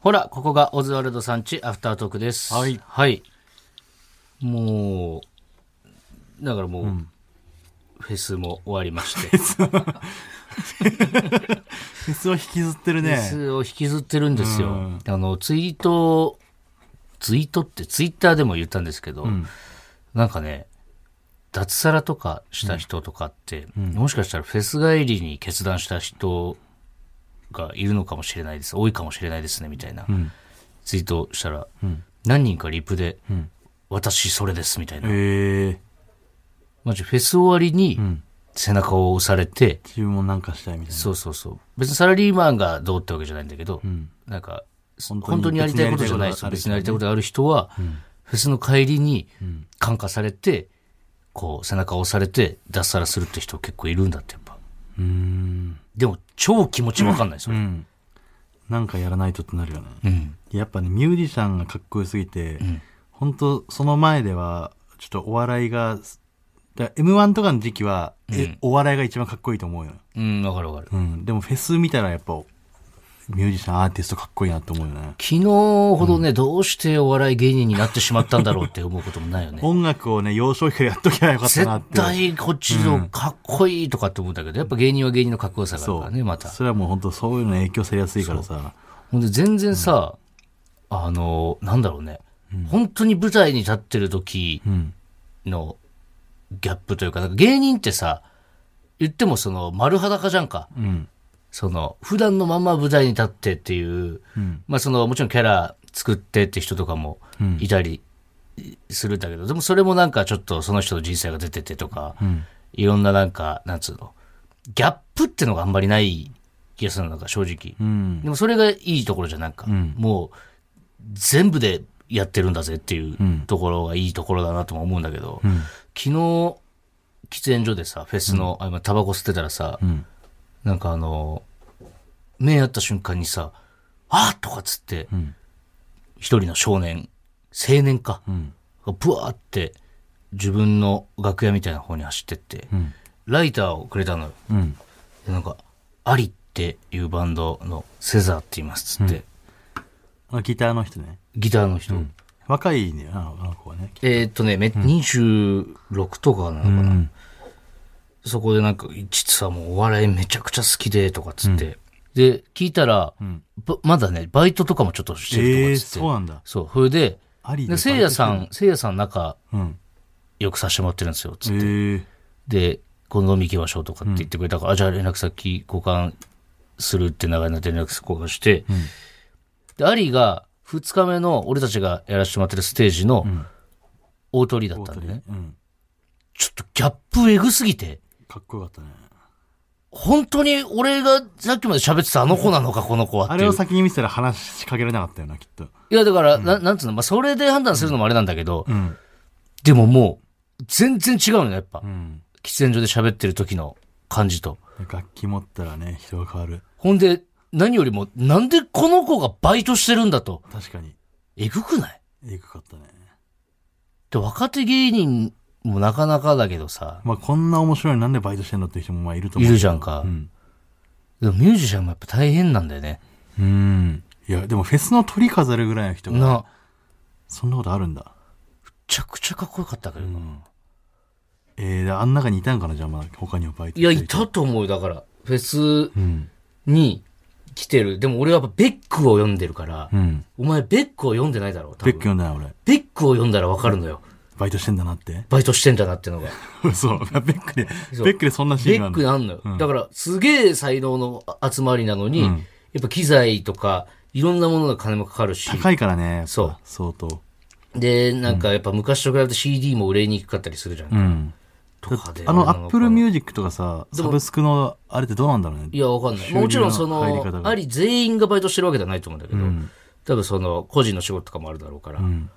ほら、ここがオズワルドさんちアフタートークです。はいはい。もう、だからもう、フェスも終わりまして。フフェスを引きずってるェね。スを引きずってるんですよ。うんあの、ツイート、ツイートってツイッターでも言ったんですけど、んなんかね、脱サラとかした人とかって、もしかしたらフェス帰りに決断した人がいるのかもしれないです。多いかもしれないですね、みたいな。んツイートしたら、うん何人かリプで、ん私それです、みたいな。ええマジフェス終わりにん背中を押されて、注文なんかしたいみたいな。そうそうそう。別にサラリーマンがどうってわけじゃないんだけど、んなんか、本本当当ににやりたいことじゃないです。別別ににややりりたたいいこことがある人は、フェスの帰りにん感化されて、こう、背中を押されて脱サラするって人結構いるんだって、やっぱ。うーん。でも、超気持ちわかんない、そうれ。ん。なんかやらないとってなるよね。うん。やっぱね、ミュージシャンがかっこよすぎて、ん本当その前では、ちょっとお笑いが、だ M1 とかの時期は、えお笑いが一番かっこいいと思うよ。うん、わかるわかる。うん。でもフェス見たらやっぱ、ミュージシャン、アーティストかっこいいなと思うよね。昨日ほどね、どうしてお笑い芸人になってしまったんだろうって思うこともない よね。音楽をね、幼少期からやっときゃよかった絶なって。対こっちのかっこいいとかって思うんだけど、やっぱ芸人は芸人のかっこよさがあるそからう。ね、また。それはもう本当そういうの影響されやすいからさ。ほんで全然さ、あの、なんだろうね、本当に舞台に立ってる時うん。のギャップというか、なんか芸人ってさ、言ってもその丸裸じゃんか。うん。その、普段のまま舞台に立ってっていう、うん。まあその、もちろんキャラ作ってって人とかもうんいたりするんだけど、でもそれもなんかちょっとその人の人生が出ててとか、うん。いろんななんか、なんつうの、ギャップってのがあんまりない気がするのなんか正直。うん。でもそれがいいところじゃんなんか、んもう全部でやってるんだぜっていんうところがいいところだなとも思うんだけど、うん。昨日喫煙所でさフェスの、あ今タバコ吸ってたらさ、んなんかあの目合った瞬間にさ「あっ!」とかっつってうん。一人の少年青年かうん。がブワーって自分の楽屋みたいな方に走ってって、うん。ライターをくれたのよ。うん。でなんか、アリっていうバンドのセザーって言いますっつって、あのギターの人ね。ギターの人。若いんだよな、あの子はね。えーっとね、め26とかなのかな、んそこでなんか、実はもうお笑いめちゃくちゃ好きで、とかっつって。で、聞いたら、んばまだね、バイトとかもちょっとしてええるとかっつって。そうなんだ。そう、それで、ありでせいやさ。ん、せいやさん仲うん。良くさせてもらってるんですよ、つえって。え。で、今度飲み行きましょうとかって言ってくれたから、あ、じゃあ連絡先交換するって流れになって連絡先交換して、で、アリが2日目の俺たちがやらせてもらってるステージのん大鳥だ大ったんで鳥ね、ね。うん。ちょっとギャップエグすぎて、かっこよかったね。本当に俺がさっきまで喋ってたあの子なのか、この子はあっていれう。を先に見せたら話しかけられなかったよな、きっと。いや、だから、ななんつうの、まあ、それで判断するのもあれなんだけど、うん。でももう、全然違うのよ、やっぱ。うん。喫煙所で喋ってる時の感じと。楽器持ったらね、人が変わる。ほんで、何よりも、なんでこの子がバイトしてるんだと。確かに。えぐくないえぐかったね。で若手芸人もなかなかだけどさ、まあこんな面白いのなんでバイトしてんのっていう人もまあいると思う。いるじゃんかうん。でもミュージシャンもやっぱ大変なんだよね。うん。いや、でもフェスの鳥飾るぐらいの人が、な、そんなことあるんだ。めちゃくちゃかっこよかったけどな。えー、であん中にいたんかなじゃあまだ他にもバイトいや、いたと思うよ、だから。フェスうん。に来てる。でも俺はやっぱベックを読んでるから、うん。お前ベックを読んでないだろ、多ベッ分ク読んだな、俺。ベックを読んだらわかるのよ。バイトしてんだなって。バイトしてんだなってのが。 そう。ベックで、 そうベックでそんなシーベンがあッるクのなんのよ。だから、すげえ才能の集まりなのに、やっぱ機材とか、いろんなものが金もかかるし、高いからね。やっぱそう。相当。で、なんかやっぱ昔と比べて CD も売れにくかったりするじゃん。うん。とかで。あの、アップルュミュージックとかさ、でサもブスクの、あれってどうなんだろうね。いや、わかんない。収入のもちろんそ入り方の、があり全員がバイトしてるわけじゃないと思うんだけど、うん多分その、個人の仕事とかもあるだろうから、うん。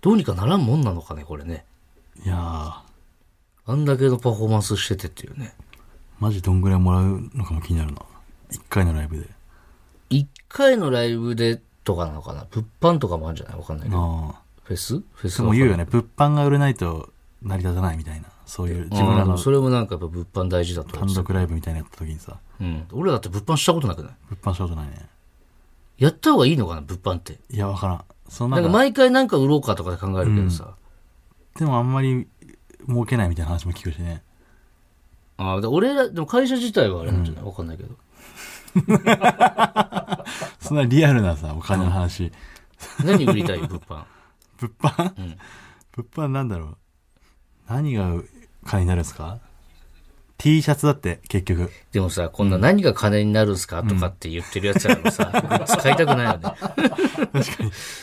どうにかならんもんなのかね、これね。いやー、あんだけのパフォーマンスしててっていうね。マジどんぐらいもらうのかも気になるな。一回のライブで。一回のライブでとかなのかな物販とかもあるんじゃないわかんないけど。ああ。フェスフェスでも言うよね、物販が売れないと成り立たないみたいな。そういう、自自分分ららのそれもなんかやっぱ物販大事だと思単ってた独ライブみたいなのやった時にさ、うん。俺らだって物販したことなくない物販したことないね。やった方がいいのかな、物販って。いや、わからん。そのななんんかか毎回なんか売ろうかとかで考えるけどさ。でもあんまり儲けないみたいな話も聞くしね。ああ、で俺ら、でも会社自体はあれなんじゃないわかんないけど。そんなリアルなさ、お金の話。何売りたい、物販。物販、物販なんだろう。何が金になるんですか ?T シャツだって、結局。でもさ、こんな何が金になるんすかとかって言ってるやつらもさ、 使いたくないよね。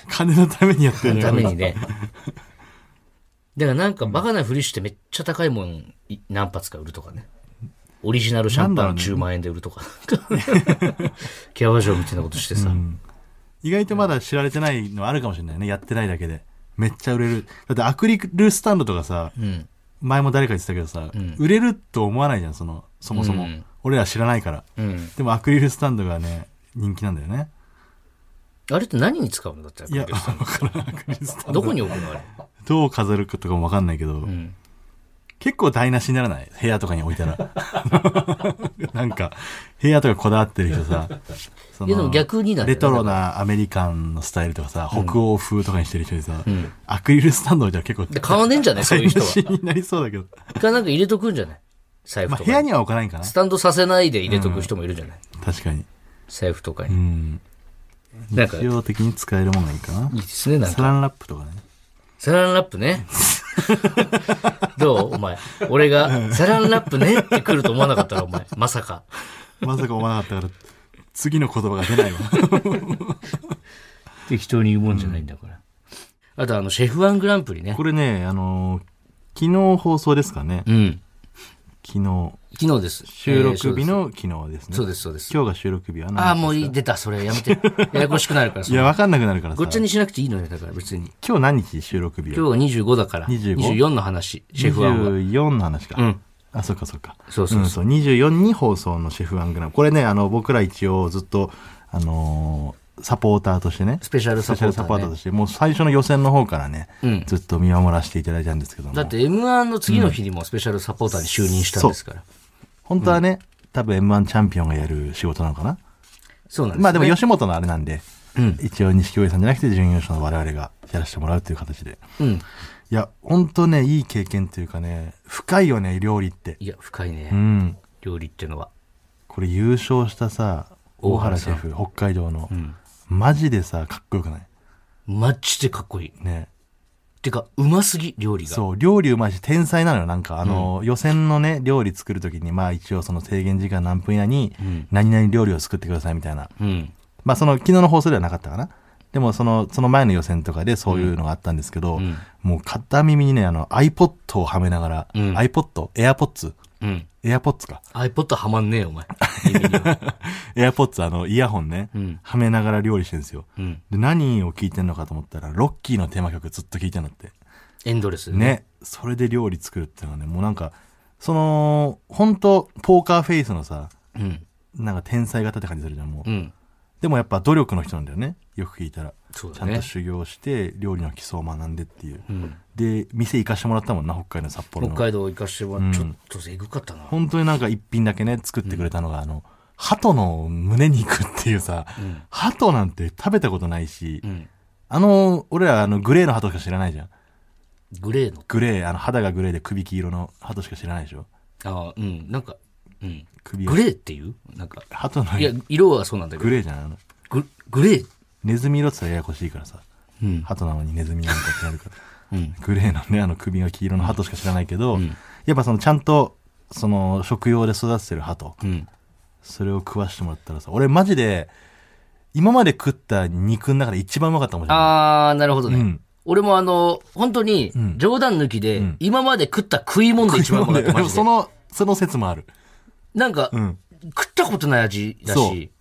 金のためにやってるじゃたんめに ね。だからなんかバカなふりしてめっちゃ高いもんい何発か売るとかね。オリジナルシャンパン10万円で売るとか。 キャバ嬢みたいなことしてさ。意外とまだ知られてないのあるかもしれないね。やってないだけで。めっちゃ売れる。だってアクリルスタンドとかさ、うん。前も誰か言ってたけどさ、売れると思わないじゃん、その、そもそも。うん俺ら知らないから。うん。でもアクリルスタンドがね、人気なんだよね。あれって何に使うのだっていや、わからん。アクリルスタンどド。こに置くのあれ。どう飾るかとかもわかんないけど、うん。結構台無しにならない部屋とかに置いたら。 なんか、部屋とかこだわってる人さ、そいやでも逆にだよねレトロなアメリカンのスタイルとかさ、北欧風とかにしてる人にさ、んアクリルスタンドじゃ結構、で買わねえんじゃないそういう台人 無は。しになりそうだけ ど。かなんか入れとくんじゃない財布まあと部屋かに。には置かないんかなスタンドさせないで入れとく人もいるじゃない確かに。財布とかうに。ん。なんか、日いい用的に使えるもんがいいかな。ですね、なんかサ。ランラップとかね。サランラップね。 どうお前。俺が、サランラップねって来ると思わなかったら、お前。まさか。まさか思わなかったから、次の言葉が出ないわ。適当に言うもんじゃないんだ、これ。あと、あの、シェフワングランプリねこ。れね、あのー昨日放送ですかね。うん。昨日。昨日です。収録日えー。の昨日ですね。そうです、そうです。そうです今日が収録日はああ、何もういい出た。それや めて。ややこしくなるから、そいれや、わかんなくなるからさ。ごっちゃにしなくていいのよ、だから別に。今日何日収録日今日が25だから、 25 24の話、シェフワンは。 24の話か。うんあ、そっかそっか。そうそうそうんそう。24に放送のシェフワングラム。これね、あの、僕ら一応ずっと、あのーサポーターとしてね。スペシャルスサペシポャータルサー、ね。ポーターとして、もう最初の予選の方からね、うんずっと見守らせていただいたんですけども。だって M1 の次の日にもスペシャルサポーターに就任したんですから。本当はね、多分 M1 チャンピオンがやる仕事なのかな。そうなんですよねまあでも吉本のあれなんで、うん一応錦鯉さんじゃなくて準優勝の我々がやらせてもらうという形で。うん。いや、ほんとね、いい経験というかね、深いよね、料理って。いや、深いね。うん。料理っていうのは。これ優勝したさ、大大原原さシんェフ、北海道の、んマジでさ、かっこよくないマジでかっこいい。ね。てか、うますぎ、料理が。そう、料理うまいし、天才なのよ。なんか、あの、予選のね、料理作るときに、まあ一応その制限時間何分以内にん、何々料理を作ってくださいみたいな。うん。まあその、昨日の放送ではなかったかな。でもその、その前の予選とかでそういうのがあったんですけど、うんもう片耳にね、あの、iPod をはめながら、うん iPod? AirPods? うん。 AirPods か。 iPod はまんねえよ、お前。耳には AirPods あのイヤホンね、うんはめながら料理してるんですよ。 うん。で、何を聞いてんのかと思ったら、ロッキーのテーマ曲ずっと聞いてんのって。エンドレスでね。ね。それで料理作るっていうのはね、もうなんか、その、本当ポーカーフェイスのさ、うん。なんか天才型って感じするじゃん、もう。うん。でもやっぱ努力の人なんだよね。よく聞いたら。そうちだゃんとね。修行して、料理の基礎を学んでっていう。うん。で、店行かしてもらったもんな、北海道の札幌北の。海道行かしてもらって、ちうょっんとえぐかったな。本当になんか一品だけね、作ってくれたのが、あの、鳩の胸肉っていうさ、うん。鳩なんて食べたことないし、うん。あの、俺らあのグレーの鳩しか知らないじゃん。グレーの。グレー、あの肌がグレーで首黄色の鳩しか知らないでしょ。ああ、うん。なんか、うん。首グレーっていうなんか。鳩のいや、色はそうなんだけグど。レーじゃん。あのググレーネズミ色って言ったらややこしいからさ、うん。鳩なのにネズミなんかってなるから。うん。グレーのね、あの首が黄色の鳩しか知らないけど、んやっぱそのちゃんと、その食用で育ててる鳩、うん。それを食わしてもらったらさ、俺マジで、今まで食った肉の中で一番うまかったかもしれない。あー、なるほどね。うん俺もあの、本当にん、冗談抜きで、ん今まで食った食 い物で一番うまかった。マでもジそで。の、その説もある。なんか、うん。食ったことない味だそうし、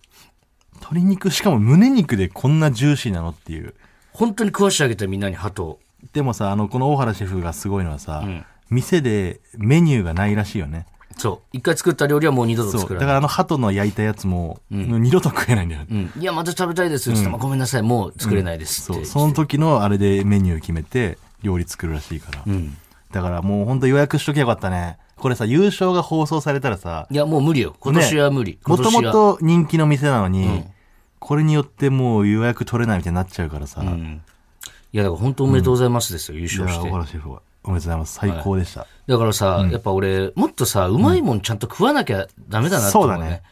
鶏肉、しかも胸肉でこんなジューシーなのっていう。本当に食わしてあげたみんなに鳩を。でもさ、あの、この大原シェフがすごいのはさ、うん店でメニューがないらしいよね。そう。一回作った料理はもう二度とそう。作らだかない。らあの鳩の焼いたやつも、二度と食えないんだよね。うん、いや、また食べたいです。つって、まあごめんなさい、もう作れないですって。そう。その時のあれでメニュー決めて、料理作るらしいから。うん。だからもうほんと予約しときゃよかったね。これさ、優勝が放送されたらさ、いや、もう無理よ。今年は無理。今もと年もは。と人気の店なのに、これによってもう予約取れないみたいになっちゃうからさ、うんいや、だから本当おめでとうございますですよ、優いや勝し小て。原シェフはおめでとうございます最高でした、だからさ、やっぱ俺、もっとさ、うまいもんちゃんと食わなきゃダメだなって思うね。そうだね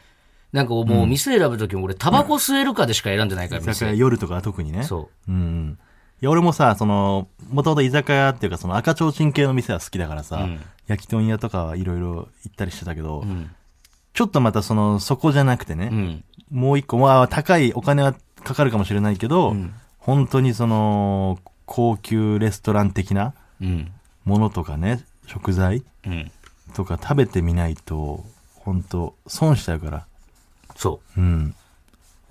なんかもう店選ぶときも俺、タバコ吸えるかでしか選んでないから、居酒店。屋夜とか特にね、そうん、いや俺もさそのもともと居酒屋っていうかその赤ちょうちん系の店は好きだからさ、うん焼き豚屋とかはいろいろ行ったりしてたけど、う。うん。ちょっとまたそのそこじゃなくてね、うん。もう一個、まあ、高いお金はかかるかもしれないけど、ん本当にその、高級レストラン的なうん。ものとかね、食材うん。とか食べてみないと、本当損しちゃうから。そうん。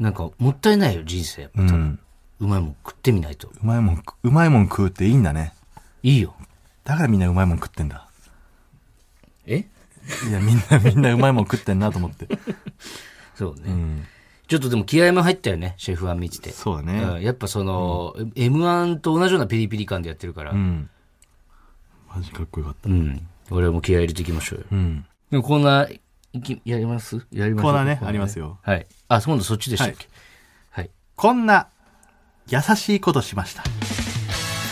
う。なんか、もったいないよ、人生。やっぱうん。うまいもん食ってみないと。うまいもん、うまいもん食うっていいんだね。いいよ。だからみんなうまいもん食ってん だ。えいや、みんな、みんなうまいもん食ってんなと思って。そうね、うん。ちょっとでも気合も入ったよね、シェフは見てて。 そうだうんね。やっぱその、M1 と同じようなピリピリ感でやってるから。う。うんん。マジかっこよかった。俺も気合入れていきましょうよ。うん。でもコーナー、いき、やりますやりましょコうーナーね、ありますよ。はい。あ、今度そっちでしたっけはい。こんな、優しいことしました。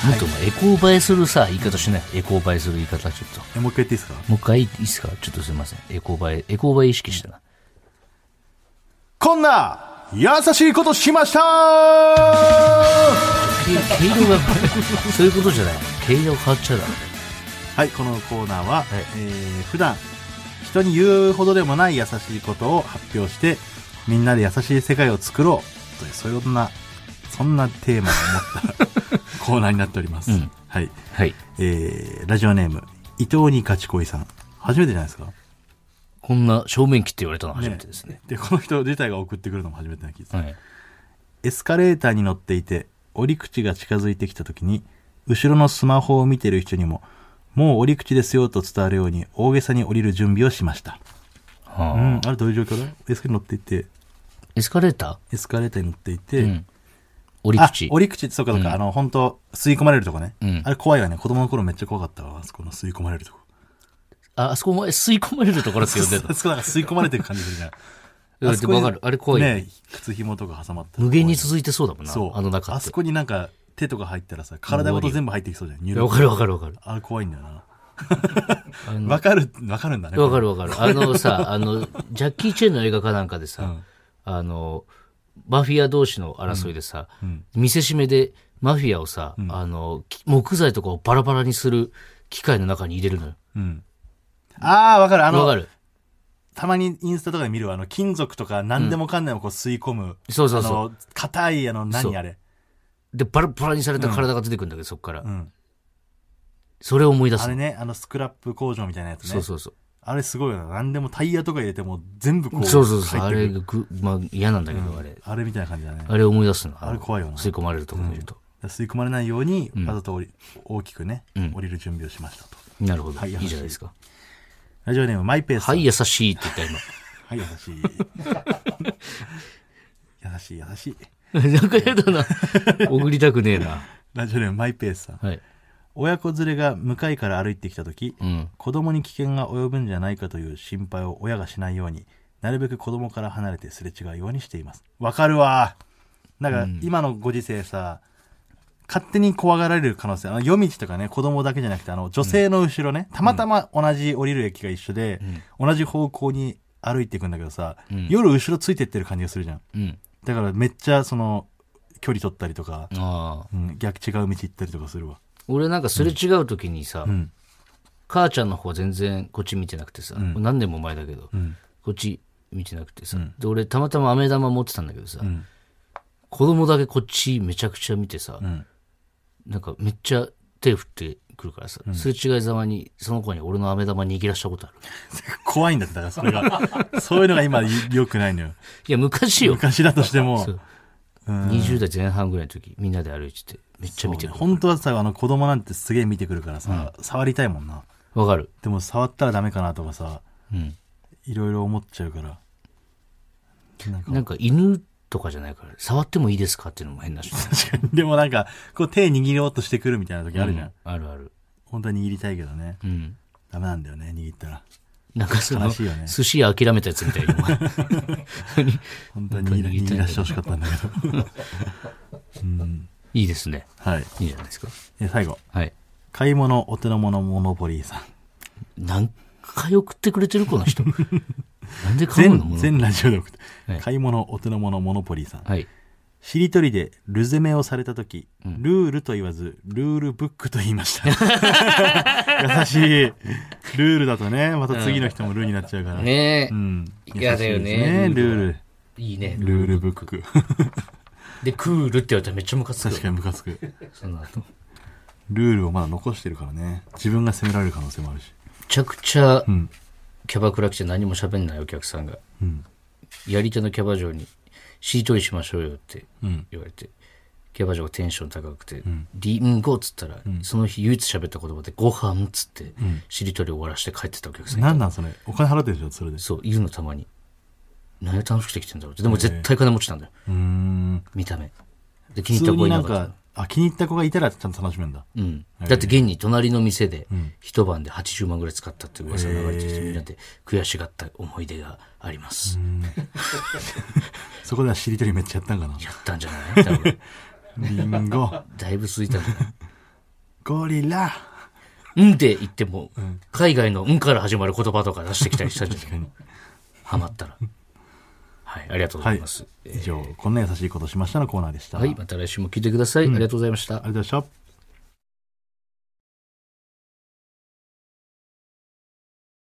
もっとお前エコー映えするさ、言い方しない。エコー映えする言い方、ちょっと。えもう一回言っていいですかもう一回いいですかちょっとすいません。エコー映え、エコー映え意識してな。こんな優しいことしましたはけ毛色が、そういうことじゃない。毛色変わっちゃうだろ。い、このコーナーはは、いえー普段人に言うほどでもない優しいことを発表して、みんなで優しい世界を作ろうという、そういうそんな、そんなテーマを持ったコーナーになっておりま す。うんはい。はい。えーラジオネーム、伊藤に勝ち恋さん。初めてじゃないですかこんな正面切って言われたの初めてですね。で、この人自体が送ってくるのも初めてな気がするはい。エスカレーターに乗っていて、折り口が近づいてきた時に、後ろのスマホを見てる人にも、もう折り口ですよと伝わるように、大げさに降りる準備をしました。はあうん、あれどういう状況だエスカレーターに乗っていて、エスカレータエスカレーターに乗っていーて、うん。折りあ口、。折り口、そうかそうか、あの、本当吸い込まれるとこね。うんあれ怖いわね。子供の頃めっちゃ怖かったわ、あそこの吸い込まれるとこ。あ、あそこも吸い込まれるところって呼んでるあそこなんか吸い込まれてる感じする じゃん。の。だあってそこにわかる。あれ怖いよ。ね靴紐とか挟まったら無限に続いてそうだもんな。そう。あの中あっそて。こになんか手とか入ったらさ、体ごと全部入ってきそうじゃん。入わ力かるわかるわかる。あれ怖いんだよな。あのわかる、わかるんだね。わかるわかる。あのさ、 あの、ジャッキー・チェンの映画かなんかでさ、あの、マフィア同士の争いでさ、見せしめでマフィアをさ、あの、き木材とかをバラバラにする機械の中に入れるのよ。うん。ああ、わかる。わあかの、るたまにインスタとかで見るわあの、金属とか何でもかんでもこう吸い込む。そうそあうその、硬い、あの、そう何あれ。う。で、バラバラにされた体が出てくるんだけど、そっからう。ん。それを思い出すあのれね、あの、スクラップ工場みたいなやつね。そうそうそう。あれすごいよな。何でもタイヤとか入れても全部こう。そうそうそう。あ入ってれくるがぐ、まあ嫌なんだけど、あれ。あれみたいな感じだね。あれを思い出すの。のあれ怖いよな吸い込まれるとこ見ると。吸い込まれないように、わざと降り大きくね、降りる準備をしましたと。なるほど。はいい優しいいじゃないですか。ラジオネーム、マイペースさはん。い、優しいって言った今。はい、優し い。優しい、優しい。 なんかやだな。 送りたくねえな。ラジオネーム、マイペースさん。はい。親子連れが向かいから歩いてきた時、うん。子供に危険が及ぶんじゃないかという心配を親がしないようになるべく子供から離れてすれ違うようにしていますわかるわなんか今のご時世さ、勝手に怖がられる可能性あの夜道とかね子供だけじゃなくてあの女性の後ろね、たまたま同じ降りる駅が一緒で、同じ方向に歩いていくんだけどさ、夜後ろついてってる感じがするじゃんうん。だからめっちゃその距離取ったりとか、ああ。うん逆違う道行ったりとかするわ俺なんかすれ違う時にさ、ん母ちゃんの方は全然こっち見てなくてさ、何年も前だけど、んこっち見てなくてさ、で俺たまたま飴玉持ってたんだけどさ、子供だけこっちめちゃくちゃ見てさ、んなんかめっちゃ手振ってくるからさ、すれ違いざまにその子に俺の飴玉握らしたことある。怖いんだってだからそれがそういうのが今良くないのよいや、昔よ。昔だとしてもそう20代前半ぐらいの時、みんなで歩いてて、めっちゃ見てくる。本当はさあの子供なんてすげえ見てくるからさ、触りたいもんなわかる。でも触ったらダメかなとかさうん。いろいろ思っちゃうからなんかなんか犬とかじゃないから、触ってもいいですかっていうのも変だし。確かにでもなんかこう手握ろうとしてくるみたいな時あるじゃん、うんあるある。本当は握りたいけどねうん。ダメなんだよね握ったらなんかその、悲しいよね寿司屋諦めたやつみたいに。本当に言い出してほしかったんだけど。うん、いいですね。はい。いいじゃないですか。で最後。はい。買い物お手の物モノポリーさん。何回送ってくれてるこの人。なんで買うの全、も全ラジオで送ってはい。買い物お手の物モノポリーさん。はい。しりとりでルゼメをされた時、ルールと言わず、ルールブックと言いました。 優しい。ルールだとね、また次の人もルーになっちゃうから。ねえうん。嫌だよね優しいですルール。いいね。ルールブック。で、クールって言われたらめっちゃムカつくよ確。かにムカつく。その後。めルールをまだ残してるからね。自分が責められる可能性もあるし。ちゃくちゃうん。キャバクラ来て何も喋んないお客さんが、うん。やり手のキャバ嬢に、しりとりしましょうよってうん。言われて、キャバ嬢がテンション高くて、んリンゴっつったら、その日唯一喋った言葉で、ご飯っつって、しりとり終わらして帰ってたお客さんいたなんなんそれ。お金払ってるでしょ、それで。そう、いるのたまに。何を楽しくてきてんだろうって。でも絶対金持ちなんだよ。うーん。見た目。で、気普に入った通子にいななんかったか、あ、気に入った子がいたらちゃんと楽しめんだ。うん。だって現に隣の店でん一晩で80万ぐらい使ったっていう噂が流れてきて、へーみんなで悔しがった思い出があります。そこではしりとりめっちゃやったんかな。やったんじゃない多 分リンゴ、だいぶ空いたんじゃないゴリラ。うんって言っても、海外のうんから始まる言葉とか出してきたりしたんじゃないハマったら。はい、ありがとうごはざいいます。。以上、こんな優しいことしましたのコーナーでした。はい、ありがとまた来週も聞いてください。ありがとうございました。うございました。